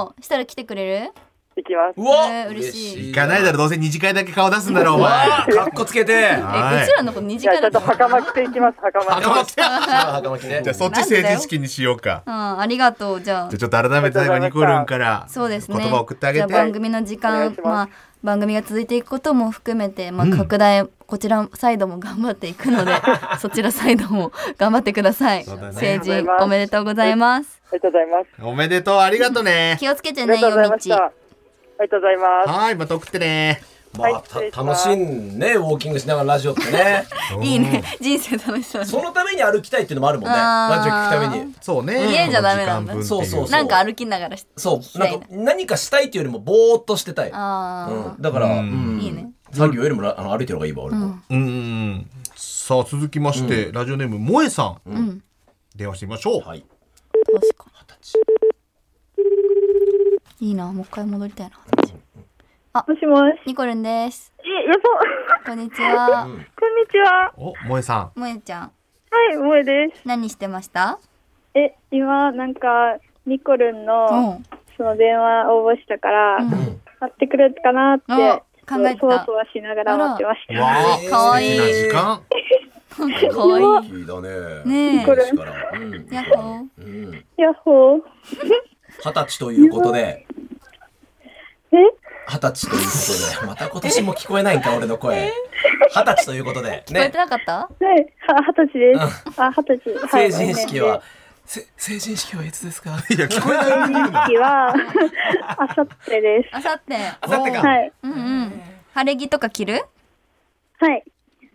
[SPEAKER 2] ああしたら来てくれる
[SPEAKER 7] 行きます。
[SPEAKER 2] えー嬉しい
[SPEAKER 4] 行かないだろ、どうせ二次会だけ顔出すんだろ、お
[SPEAKER 3] うわ
[SPEAKER 4] 前。
[SPEAKER 3] ーかっこつけて。
[SPEAKER 2] え
[SPEAKER 4] はいう
[SPEAKER 2] ちらのこと2
[SPEAKER 7] い
[SPEAKER 2] 時
[SPEAKER 7] や、
[SPEAKER 2] 間
[SPEAKER 7] ちょっと袴着ていきます、袴着。
[SPEAKER 3] 袴着て。袴着て。
[SPEAKER 4] じゃあそっち成人式にしようか。
[SPEAKER 2] うんありがとうじゃあ
[SPEAKER 4] じゃあちょっと改めて最後ニコルンから
[SPEAKER 2] そうですね。
[SPEAKER 4] 言葉を送ってあげて。
[SPEAKER 2] じゃあ番組の時
[SPEAKER 7] お願
[SPEAKER 2] 間
[SPEAKER 7] いし、ます
[SPEAKER 2] まあ番組が続いていくことも含めて、まあ
[SPEAKER 4] うん
[SPEAKER 2] 拡大、こちらサイドも頑張ってい
[SPEAKER 4] <laughs>
[SPEAKER 2] くので、そちらサイドも頑張ってください。
[SPEAKER 4] そうだね
[SPEAKER 2] 成人おめでとうございます。
[SPEAKER 7] ありがとうございます。
[SPEAKER 4] おめでとう、ありがとう
[SPEAKER 2] <laughs>
[SPEAKER 4] ね。
[SPEAKER 2] 気をつけて
[SPEAKER 7] ありが
[SPEAKER 2] ね、
[SPEAKER 7] とうござ
[SPEAKER 2] 夜
[SPEAKER 7] いました。
[SPEAKER 2] 道
[SPEAKER 7] あ。りがとうございます。
[SPEAKER 4] はーい、また送ってね。
[SPEAKER 3] ま
[SPEAKER 7] は
[SPEAKER 3] あ
[SPEAKER 7] い失礼、したます
[SPEAKER 3] 楽しんね、ウォーキングしながらラジオってね。
[SPEAKER 2] <laughs> いいね、人生楽しそうだね。
[SPEAKER 3] そのために歩きたいっていうのもあるもんね。
[SPEAKER 2] あー
[SPEAKER 3] ラジオ聞くために。
[SPEAKER 4] そうね。
[SPEAKER 2] 家じゃダメなんだ
[SPEAKER 4] この時間分ってい
[SPEAKER 3] そうそう
[SPEAKER 2] なんか歩きながらし
[SPEAKER 3] そう、
[SPEAKER 2] した
[SPEAKER 3] ない
[SPEAKER 2] な
[SPEAKER 3] んか。何かしたいというよりもぼーっとしてたい。
[SPEAKER 2] あ
[SPEAKER 3] うんだから、うん
[SPEAKER 2] いいね
[SPEAKER 3] 作業よりもらあの歩いてる方がいいわ、俺
[SPEAKER 4] う
[SPEAKER 3] も。
[SPEAKER 4] んうんうん。さあ、続きまして、ラジオネーム、萌えさん。
[SPEAKER 2] あ、うん、
[SPEAKER 4] 電話してみましょう。
[SPEAKER 3] はい。
[SPEAKER 2] 確か
[SPEAKER 3] 二十
[SPEAKER 2] に。いいな、もう一回戻りたいな。
[SPEAKER 8] もしもし。
[SPEAKER 2] ニコルンです。
[SPEAKER 8] え、やば。
[SPEAKER 2] こんにちは。
[SPEAKER 8] <laughs> こんにちは。
[SPEAKER 4] お、萌えさん。
[SPEAKER 2] もえちゃん、
[SPEAKER 8] はい、萌えです。
[SPEAKER 2] 何してました？
[SPEAKER 8] え、今、なんか、ニコルンの、
[SPEAKER 2] ん。
[SPEAKER 8] その電話応募したから、
[SPEAKER 2] ん
[SPEAKER 8] 買ってくれるかなって、
[SPEAKER 2] あ考えてた
[SPEAKER 8] そわそわしながら待ってました。
[SPEAKER 4] わあ、
[SPEAKER 3] えー
[SPEAKER 2] かわいい
[SPEAKER 4] 素敵な時間。
[SPEAKER 2] かわいい。
[SPEAKER 3] 歳だね。
[SPEAKER 2] ねえ
[SPEAKER 8] こ。れ
[SPEAKER 3] 年からうん
[SPEAKER 2] やっほー。
[SPEAKER 3] うん
[SPEAKER 8] やっほー。
[SPEAKER 3] 二十歳ということで、
[SPEAKER 8] え、
[SPEAKER 3] 二十歳ということで、また今年も聞こえないんか、俺の声。二十歳ということで、
[SPEAKER 2] 聞こえ
[SPEAKER 3] ね
[SPEAKER 2] て。なかった？
[SPEAKER 8] はい、は二十歳です。あ、二十歳。は
[SPEAKER 3] 成
[SPEAKER 8] い
[SPEAKER 3] 人式は、せ成人式はいつですか
[SPEAKER 4] いや、聞こえない。
[SPEAKER 8] 成人式は、 <laughs> あさってです。
[SPEAKER 2] あさって。
[SPEAKER 3] あさってか。
[SPEAKER 8] はい。
[SPEAKER 2] うんうん。晴れ着とか着る？
[SPEAKER 8] はい。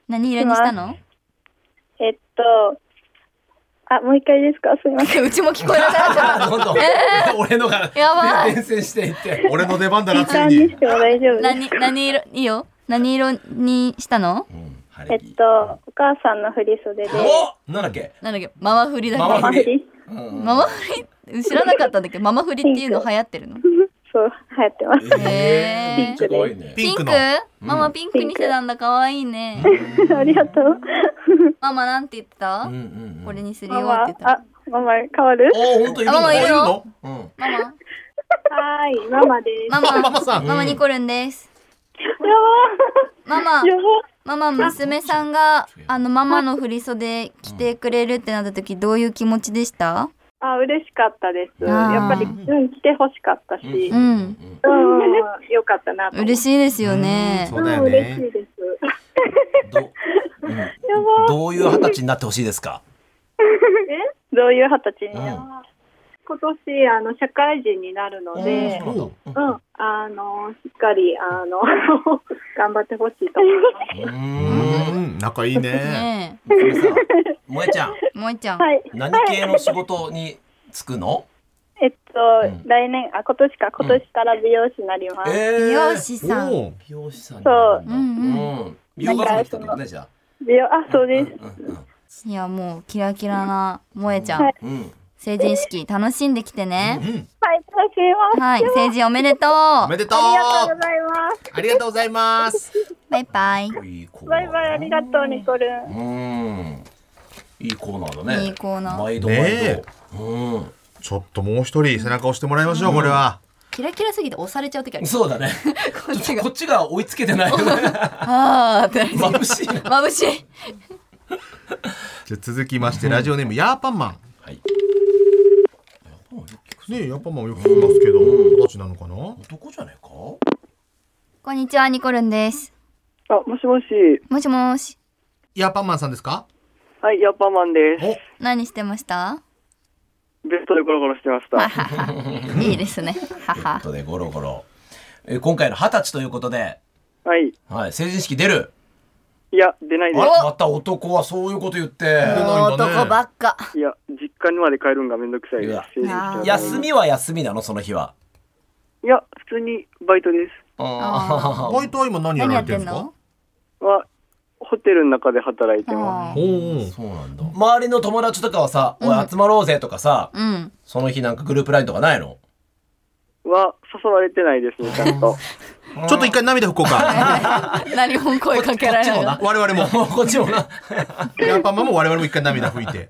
[SPEAKER 2] 何色にしたの？
[SPEAKER 8] えっと、あ、もう一回ですかすみませ
[SPEAKER 2] <laughs>
[SPEAKER 8] ん。
[SPEAKER 2] うちも聞こえなかった。
[SPEAKER 3] <laughs> どんどん、俺のが
[SPEAKER 2] やばい
[SPEAKER 3] 伝染していって。
[SPEAKER 4] 俺の出番だな、
[SPEAKER 8] 時
[SPEAKER 4] つい
[SPEAKER 8] 間
[SPEAKER 2] <laughs>
[SPEAKER 8] に
[SPEAKER 4] に
[SPEAKER 8] し。ても大丈夫です。
[SPEAKER 2] 何何色いいよ。何色にしたの？
[SPEAKER 3] うん晴
[SPEAKER 8] え
[SPEAKER 3] れ
[SPEAKER 8] っ
[SPEAKER 3] 着
[SPEAKER 8] と、お母さんの振り袖で、
[SPEAKER 3] おなんだっけ
[SPEAKER 2] なんだっけ？ママ振りだ
[SPEAKER 3] マ
[SPEAKER 2] っ
[SPEAKER 3] マ
[SPEAKER 8] マ
[SPEAKER 3] 振
[SPEAKER 8] マ
[SPEAKER 3] り
[SPEAKER 8] 振り。
[SPEAKER 2] け？ママ振り知らなかったんだけど、ママ振りっていうの流行ってるの？
[SPEAKER 8] そう、流行ってます。
[SPEAKER 2] へえ。
[SPEAKER 3] すごいね。
[SPEAKER 4] ピンクの。
[SPEAKER 2] ママピンクにしてたんだ。可愛いね。
[SPEAKER 8] ありがとう。
[SPEAKER 2] ママなんて言って
[SPEAKER 3] う
[SPEAKER 2] た
[SPEAKER 3] んう？んう
[SPEAKER 2] こ
[SPEAKER 3] ん。
[SPEAKER 2] れにするよ
[SPEAKER 8] マ
[SPEAKER 2] っ
[SPEAKER 8] マ
[SPEAKER 2] て言っ、た
[SPEAKER 8] あ。、ママ変わる
[SPEAKER 3] おー、ほんといる
[SPEAKER 2] あママいるよ。
[SPEAKER 3] うん。
[SPEAKER 2] ママ。
[SPEAKER 8] はーい、ママです。
[SPEAKER 2] ママ。
[SPEAKER 4] ママさん
[SPEAKER 2] ママニコルンです。
[SPEAKER 8] <laughs>
[SPEAKER 2] ママ
[SPEAKER 8] やばー。。や
[SPEAKER 2] ママ娘さんがあのママの振り袖着てくれるってなった時どういう気持ちでした？
[SPEAKER 8] ばー。あ、嬉しかったです。
[SPEAKER 2] あー
[SPEAKER 8] やっぱり、うん、来て欲しかったし、
[SPEAKER 2] う、
[SPEAKER 8] うんん、よかったなと。
[SPEAKER 2] 嬉
[SPEAKER 8] しい。
[SPEAKER 2] しいですよね。
[SPEAKER 4] そううだ
[SPEAKER 8] ん、
[SPEAKER 4] よ
[SPEAKER 8] 嬉し
[SPEAKER 4] ね
[SPEAKER 8] い。です。
[SPEAKER 3] ど、どういう二十歳になってほしいですか
[SPEAKER 8] えどういう二十歳になる、
[SPEAKER 3] うん
[SPEAKER 8] 今年、あの、社会人になるので、
[SPEAKER 3] うんそうなんだ
[SPEAKER 8] うん、あの、しっかり、あの、頑張ってほしいと思います。
[SPEAKER 3] う。
[SPEAKER 4] うんん、仲いいね。
[SPEAKER 2] ね
[SPEAKER 3] これさ萌えちゃん、
[SPEAKER 2] え、もえちゃん。
[SPEAKER 8] はい。
[SPEAKER 3] 何系の仕事に就くの
[SPEAKER 8] えっと、
[SPEAKER 3] うん
[SPEAKER 8] 来年、あ、今年か、今年から美容師になります。
[SPEAKER 2] 美
[SPEAKER 3] え
[SPEAKER 2] 容師さん。
[SPEAKER 4] おう
[SPEAKER 3] 美容師さん
[SPEAKER 8] そう
[SPEAKER 2] うん
[SPEAKER 3] うん。美容学部来たってことね、じゃあ。
[SPEAKER 8] 美容、あ、そうです。
[SPEAKER 2] いやもうキラキラなもえちゃ
[SPEAKER 8] は
[SPEAKER 2] ん
[SPEAKER 8] い。
[SPEAKER 3] うん。
[SPEAKER 2] 成人式楽しんできてね。
[SPEAKER 8] はい、楽は
[SPEAKER 2] はい、成人おめでとう。
[SPEAKER 4] おめでとう
[SPEAKER 8] ありがとうございます。
[SPEAKER 4] ありがとうございます。
[SPEAKER 2] バイバイ。
[SPEAKER 3] いいコーナ
[SPEAKER 8] バ
[SPEAKER 3] ー
[SPEAKER 8] イバイ、ありがとう、ニコルン。
[SPEAKER 3] うーんいいコーナーだね
[SPEAKER 2] いいコーナー
[SPEAKER 3] 毎度毎度、
[SPEAKER 4] ね
[SPEAKER 3] う
[SPEAKER 4] ちょっともう一人背中押してもらいましょう、これは。
[SPEAKER 2] キラキラすぎて押されちゃう時あ
[SPEAKER 3] ん
[SPEAKER 2] る。
[SPEAKER 3] そうだね
[SPEAKER 2] こっちが
[SPEAKER 3] こっちが追いつけて
[SPEAKER 2] <laughs>
[SPEAKER 3] ない
[SPEAKER 2] あーってなりすぎ
[SPEAKER 3] 眩しいな
[SPEAKER 2] る。眩しい。
[SPEAKER 4] じゃあ続きまして、ラジオネーム、ヤーパンマン。
[SPEAKER 3] はい
[SPEAKER 4] ねえ、ヤーパンマンよく聞きますけど、二十歳なのかな
[SPEAKER 3] 男じゃねえか
[SPEAKER 2] こんにちは、ニコルンです。
[SPEAKER 7] あ、もしもし。
[SPEAKER 2] もしもし。
[SPEAKER 4] ヤーパンマンさんですか
[SPEAKER 7] はい、ヤッパーマンです。
[SPEAKER 4] お、
[SPEAKER 2] 何してました
[SPEAKER 7] ベストでゴロゴロしてました。
[SPEAKER 2] いいですね。はは。
[SPEAKER 3] とでゴロゴロえー今回の二十歳ということで、
[SPEAKER 7] はい。
[SPEAKER 3] はい、成人式出る
[SPEAKER 7] いや、出ない
[SPEAKER 3] あ
[SPEAKER 7] で
[SPEAKER 3] らまた男はそういうこと言って
[SPEAKER 2] もう男ばっか。
[SPEAKER 7] す。いや、実家にまで帰るんがめんどくさいです
[SPEAKER 3] うわ。
[SPEAKER 7] 成人式は
[SPEAKER 2] あー
[SPEAKER 3] 休みは休みなのその日はい
[SPEAKER 7] や、普通にバイトで
[SPEAKER 2] あ
[SPEAKER 4] バイトは今何や
[SPEAKER 2] 何
[SPEAKER 4] ら
[SPEAKER 2] や
[SPEAKER 4] れ
[SPEAKER 2] って
[SPEAKER 4] る
[SPEAKER 2] て
[SPEAKER 4] んです
[SPEAKER 2] ん
[SPEAKER 4] か
[SPEAKER 2] の
[SPEAKER 7] す。は、ホテルの中で働いて
[SPEAKER 2] あ
[SPEAKER 7] ます。
[SPEAKER 4] お
[SPEAKER 2] ー
[SPEAKER 4] ー
[SPEAKER 3] そうなんだ周りの友達とかはさ「おい集まろうぜ」とかさ、
[SPEAKER 2] うん。
[SPEAKER 3] その日なんかグループラインとかないの
[SPEAKER 7] は、誘われてないですね、ちゃんと。 <laughs>
[SPEAKER 4] ちょっと一回涙拭こう <laughs> か。
[SPEAKER 2] 何本声かけられ
[SPEAKER 3] こっちも
[SPEAKER 2] な
[SPEAKER 3] な
[SPEAKER 4] <laughs> 我々も。
[SPEAKER 3] もう <laughs> こっちもな
[SPEAKER 4] ヤーパンマンも我々も一回涙拭いて。で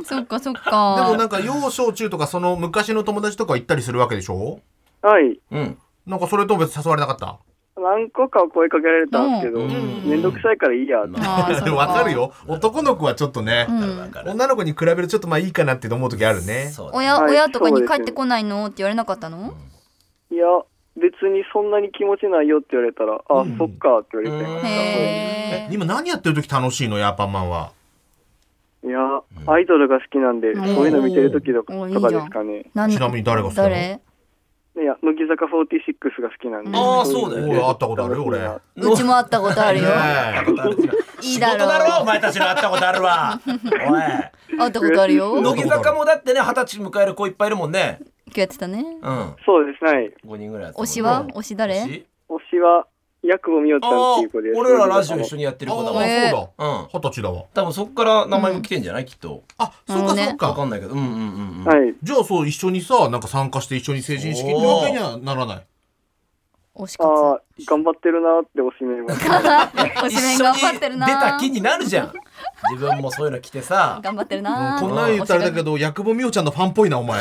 [SPEAKER 2] い。そっかそっ
[SPEAKER 4] も
[SPEAKER 2] か。
[SPEAKER 4] なんか、幼少中とか、その昔の友達とかは行ったりするわけでしょ
[SPEAKER 7] はい。
[SPEAKER 3] うん
[SPEAKER 4] なんかそれとも別に誘われなかった
[SPEAKER 7] 何個かは声かけられたんですけど、めんどくさいからいいやって。
[SPEAKER 2] あーそっ
[SPEAKER 4] でもわかる。よ。男の子はちょっとね、
[SPEAKER 3] わかる
[SPEAKER 4] 女の子に比べるとちょっとまあいいかなって思う時あるね。
[SPEAKER 3] そうだね
[SPEAKER 2] 親、
[SPEAKER 7] はい
[SPEAKER 2] 親とか
[SPEAKER 7] そう
[SPEAKER 2] に
[SPEAKER 7] ですよ
[SPEAKER 2] 帰ってこないのって言われなかったの
[SPEAKER 7] いや、別にそんなに気持ちないよって言われたら、あ、そっかって言われて。
[SPEAKER 2] へー
[SPEAKER 4] 今何やってる時楽しいのヤーパンマンは。
[SPEAKER 7] いや、アイドルが好きなんで、そういうの見てる時とか
[SPEAKER 2] おー
[SPEAKER 7] とかですかね。
[SPEAKER 2] な
[SPEAKER 4] ちなみに誰が好きなの
[SPEAKER 2] 誰
[SPEAKER 7] いや、乃木坂46が好きなんで。
[SPEAKER 3] あーそうだよね
[SPEAKER 4] 俺会ったことあるよ俺。
[SPEAKER 7] 楽しいな
[SPEAKER 2] うちも会ったことある
[SPEAKER 4] <laughs>
[SPEAKER 2] よ。いい
[SPEAKER 3] 仕
[SPEAKER 2] だ
[SPEAKER 3] 事だろお
[SPEAKER 2] ろ
[SPEAKER 3] 前たちの会ったことある <laughs> わお
[SPEAKER 2] う。会ったことある
[SPEAKER 3] <laughs>
[SPEAKER 2] よ。
[SPEAKER 3] い
[SPEAKER 2] 今
[SPEAKER 3] 乃木坂もだってね二十歳迎える子いっぱいいるもんね
[SPEAKER 2] 日やってたね。
[SPEAKER 3] うん
[SPEAKER 7] そうですね。はい
[SPEAKER 3] 五人ぐらいやってたもん
[SPEAKER 2] 推
[SPEAKER 3] ね
[SPEAKER 2] しは推し誰
[SPEAKER 3] 推し
[SPEAKER 7] 推しは、ヤクボミヨちゃん
[SPEAKER 3] あ
[SPEAKER 7] っていう子で
[SPEAKER 3] ー
[SPEAKER 7] す。
[SPEAKER 3] 俺らラジオ一緒にやって
[SPEAKER 4] あ
[SPEAKER 3] る
[SPEAKER 4] あ、
[SPEAKER 3] 子だ
[SPEAKER 4] そう
[SPEAKER 3] わ
[SPEAKER 4] だ
[SPEAKER 2] え。
[SPEAKER 3] うん
[SPEAKER 4] 二十歳だわ。
[SPEAKER 3] 多分そっから名前も来てんじゃないきっと
[SPEAKER 4] あ、そう
[SPEAKER 2] も
[SPEAKER 4] か
[SPEAKER 2] うね
[SPEAKER 4] そう
[SPEAKER 3] わか
[SPEAKER 4] か。
[SPEAKER 3] んないけどうんうんうんうん
[SPEAKER 7] はい。
[SPEAKER 4] じゃあそう一緒にさ、なんか参加して一緒に成人式ってわけにはならない。
[SPEAKER 2] 推し活。
[SPEAKER 7] ああ、頑張ってるなって推しメン
[SPEAKER 2] <laughs>
[SPEAKER 7] は。
[SPEAKER 2] 推
[SPEAKER 3] 一
[SPEAKER 2] しメン
[SPEAKER 3] 緒
[SPEAKER 2] 頑
[SPEAKER 3] に
[SPEAKER 2] 張ってるな。
[SPEAKER 3] 出た気になるじゃん自分もそういうの着てさ
[SPEAKER 2] 頑張ってるな。
[SPEAKER 4] こんなん言ったらあれだけど、薬母美桜ちゃんのファンっぽいな、お前。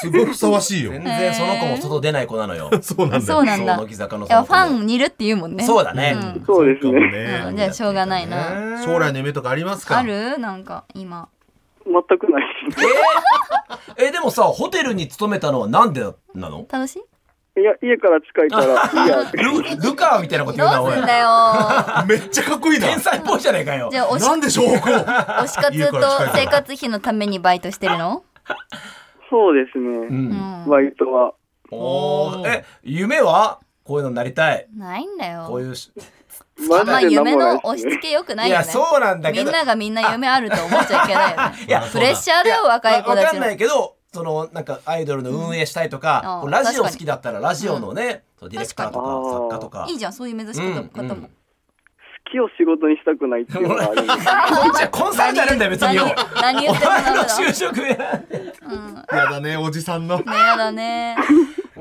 [SPEAKER 4] すごいふさわしいよ
[SPEAKER 3] 全。然その子も外出ない子なのよ
[SPEAKER 4] そうなんだ
[SPEAKER 2] そう
[SPEAKER 4] よ。
[SPEAKER 2] なんだ。
[SPEAKER 3] そう乃木坂の
[SPEAKER 2] いや、フ
[SPEAKER 3] その
[SPEAKER 2] ァ
[SPEAKER 3] 子
[SPEAKER 2] ンにいるって言うもんね。
[SPEAKER 3] そうだね
[SPEAKER 2] うん
[SPEAKER 7] そうです
[SPEAKER 4] そうかも
[SPEAKER 7] ね。
[SPEAKER 4] ね
[SPEAKER 2] うんじゃあしょうがないな。
[SPEAKER 4] 将来の夢とかありますか
[SPEAKER 2] あるなんか、今。
[SPEAKER 7] <laughs> 全くないですね。
[SPEAKER 3] えでもさホテルに勤めたのはなんでなの
[SPEAKER 2] 楽しい
[SPEAKER 7] いや、家から近
[SPEAKER 3] <laughs>
[SPEAKER 7] いから、いいやって。
[SPEAKER 3] ルルカーみたいなこと言うな
[SPEAKER 2] どう
[SPEAKER 3] おい
[SPEAKER 2] すんだよ。
[SPEAKER 4] めっちゃかっこいいな。
[SPEAKER 3] 天才っぽいじゃねえかよ
[SPEAKER 2] じゃあ、推し
[SPEAKER 4] なんで
[SPEAKER 2] <laughs>
[SPEAKER 4] しょうこう
[SPEAKER 2] 推し活と生活費のためにバイトしてるの
[SPEAKER 7] そうです
[SPEAKER 3] う
[SPEAKER 7] ね。
[SPEAKER 3] ん
[SPEAKER 7] バイトは。
[SPEAKER 3] おーえ夢はこういうのになりたい
[SPEAKER 2] ないんだ
[SPEAKER 3] こう
[SPEAKER 2] よ。
[SPEAKER 3] いうし
[SPEAKER 2] あんま夢の
[SPEAKER 7] マ
[SPEAKER 2] 押
[SPEAKER 7] ジ
[SPEAKER 2] し
[SPEAKER 7] で
[SPEAKER 2] 付けよくない
[SPEAKER 3] い
[SPEAKER 2] よ
[SPEAKER 3] や
[SPEAKER 2] ね。
[SPEAKER 3] そうなんだ
[SPEAKER 2] み
[SPEAKER 3] け
[SPEAKER 2] ん
[SPEAKER 3] ど
[SPEAKER 2] ながみんな夢あると思っちゃいけないよね。
[SPEAKER 3] いや
[SPEAKER 2] プレッシャーだよ、若い子
[SPEAKER 3] わ
[SPEAKER 2] た
[SPEAKER 3] か
[SPEAKER 2] ち
[SPEAKER 3] ん
[SPEAKER 2] も
[SPEAKER 3] な。いけどそのなんかアイドルの運営したいと
[SPEAKER 2] うんあ
[SPEAKER 3] か、
[SPEAKER 2] あ
[SPEAKER 3] こうラジ
[SPEAKER 2] 確か
[SPEAKER 3] オ好
[SPEAKER 2] に
[SPEAKER 3] きだったらラジオのね、そうディレクターと
[SPEAKER 7] 確かに
[SPEAKER 3] か作家とか
[SPEAKER 2] いいじゃん、そういう目指し
[SPEAKER 3] う
[SPEAKER 2] 方
[SPEAKER 3] ん
[SPEAKER 2] 方も。
[SPEAKER 7] 好きを仕事にしたくないっていうのがある
[SPEAKER 3] <laughs>
[SPEAKER 7] んです。
[SPEAKER 3] こっちはコンサルじゃねえんだよ別によ
[SPEAKER 2] 何何言
[SPEAKER 3] お
[SPEAKER 2] ってもダメ
[SPEAKER 3] 前の
[SPEAKER 2] だ。
[SPEAKER 3] 就職や
[SPEAKER 4] やだね、おじさんの。
[SPEAKER 2] ねやだね。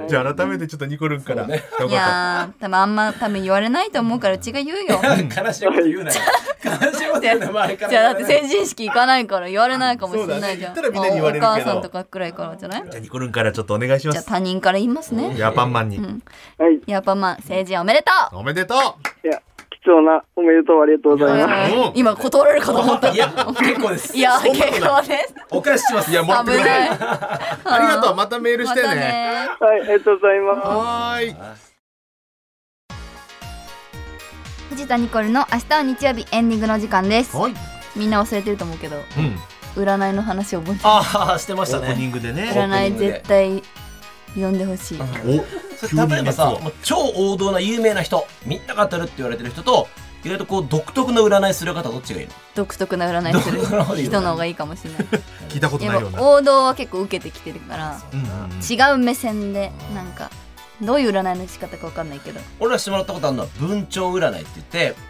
[SPEAKER 4] じゃあ改めてちょっとニコルンから。よかっ
[SPEAKER 2] い
[SPEAKER 4] た
[SPEAKER 2] やー、多分あんま多分言われないと思うからうちが言うよ。
[SPEAKER 3] 悲しいこと言うなよ悲しいこと言うなよ周りから
[SPEAKER 2] じゃあだって成人式行かないから言われないかもしれないじゃん。
[SPEAKER 4] そうだね言ったらみんなに言われるけ
[SPEAKER 2] お
[SPEAKER 4] ど
[SPEAKER 2] 母さんとかくらいからじゃないじ
[SPEAKER 4] じゃあニコルンからちょっとお願いしま
[SPEAKER 2] ゃあ
[SPEAKER 4] す。
[SPEAKER 2] 他人から言いますね。
[SPEAKER 4] ヤーパンマンに。
[SPEAKER 7] はい。い
[SPEAKER 2] やっぱまあ、成人おめでと
[SPEAKER 4] おめでとう
[SPEAKER 7] や、貴重なおめでとうありがとうございます。
[SPEAKER 2] う
[SPEAKER 4] うん
[SPEAKER 2] 今断られるかと思った。
[SPEAKER 3] <laughs> いや結構です
[SPEAKER 2] いや、結構です。
[SPEAKER 3] お返ししますいや
[SPEAKER 2] 危ない。
[SPEAKER 4] <laughs> ありがとう。またメールし
[SPEAKER 2] ま
[SPEAKER 4] て
[SPEAKER 2] た
[SPEAKER 4] ね。
[SPEAKER 2] ね。
[SPEAKER 7] はい、ありがとうございます。
[SPEAKER 4] はーい。
[SPEAKER 2] 藤田ニコルの明日は日曜日エンディングの時間です。
[SPEAKER 4] はい。
[SPEAKER 2] みんな忘れてると思うけど、
[SPEAKER 4] うん。
[SPEAKER 2] 占いの話覚えて
[SPEAKER 3] ああしてま
[SPEAKER 4] オ
[SPEAKER 3] した
[SPEAKER 4] ープニ
[SPEAKER 3] ね
[SPEAKER 4] ングでね。
[SPEAKER 2] 占い絶対呼んでほしい。
[SPEAKER 4] お、
[SPEAKER 3] そ
[SPEAKER 4] 急
[SPEAKER 3] れ
[SPEAKER 4] に
[SPEAKER 3] 例えば
[SPEAKER 4] 熱
[SPEAKER 3] さ
[SPEAKER 4] を。
[SPEAKER 3] もう超王道な有名な人みんなが当たるって言われてる人と意外とこう独特の占いする方どっちがいいの
[SPEAKER 2] 独特な占いする人の方がいいかもしれない。
[SPEAKER 4] 聞いたことない
[SPEAKER 2] や
[SPEAKER 4] よ
[SPEAKER 2] っ
[SPEAKER 4] う
[SPEAKER 2] ぱ
[SPEAKER 4] な。
[SPEAKER 2] 王道は結構受けてきてるから、
[SPEAKER 4] うんうんうん
[SPEAKER 2] 違う目線でなんかどういう占いの仕方かわかんないけど
[SPEAKER 3] 俺らしてもらったことあるのは文鳥占いって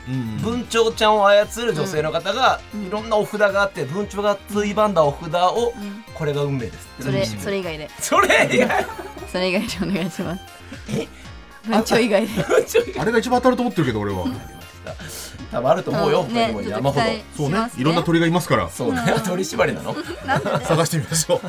[SPEAKER 3] 言って、文鳥ちゃんを操る女性の方が、いろんなお札があって文鳥がついばんだお札を、これが運命ですって
[SPEAKER 2] それ
[SPEAKER 3] うん
[SPEAKER 2] それ以外で
[SPEAKER 3] それ以外
[SPEAKER 2] それ以外でお願いします
[SPEAKER 3] え
[SPEAKER 2] 文鳥以外で
[SPEAKER 4] あれが一番当たると思ってるけど俺は
[SPEAKER 3] 多分あると思うよ、
[SPEAKER 2] ん
[SPEAKER 3] 他にも
[SPEAKER 2] ちょっ
[SPEAKER 3] 山
[SPEAKER 2] と期
[SPEAKER 3] ほど
[SPEAKER 2] 待
[SPEAKER 4] そう
[SPEAKER 2] し
[SPEAKER 4] ね
[SPEAKER 2] ます
[SPEAKER 4] いろんな鳥がいますから
[SPEAKER 3] そうね、取り締まりなの
[SPEAKER 4] 探してみましょ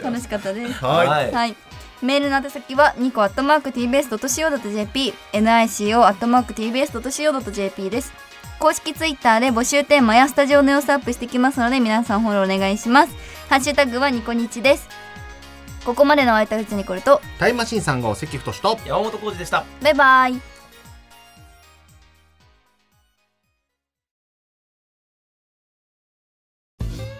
[SPEAKER 4] う
[SPEAKER 2] <laughs> 楽しかったです
[SPEAKER 4] はい
[SPEAKER 2] はい。メールの宛先はニコアットマーク tbs.co.jp nico アットマーク tbs.co.jp です。公式ツイッターで募集テーマやスタジオの様子アップしてきますので皆さんフォローお願いします。ハッシュタグはニコニチです。ここまでの相手口にこれと
[SPEAKER 4] タイムマシーン3号関太と
[SPEAKER 3] 山本浩二でした
[SPEAKER 2] バイバイ。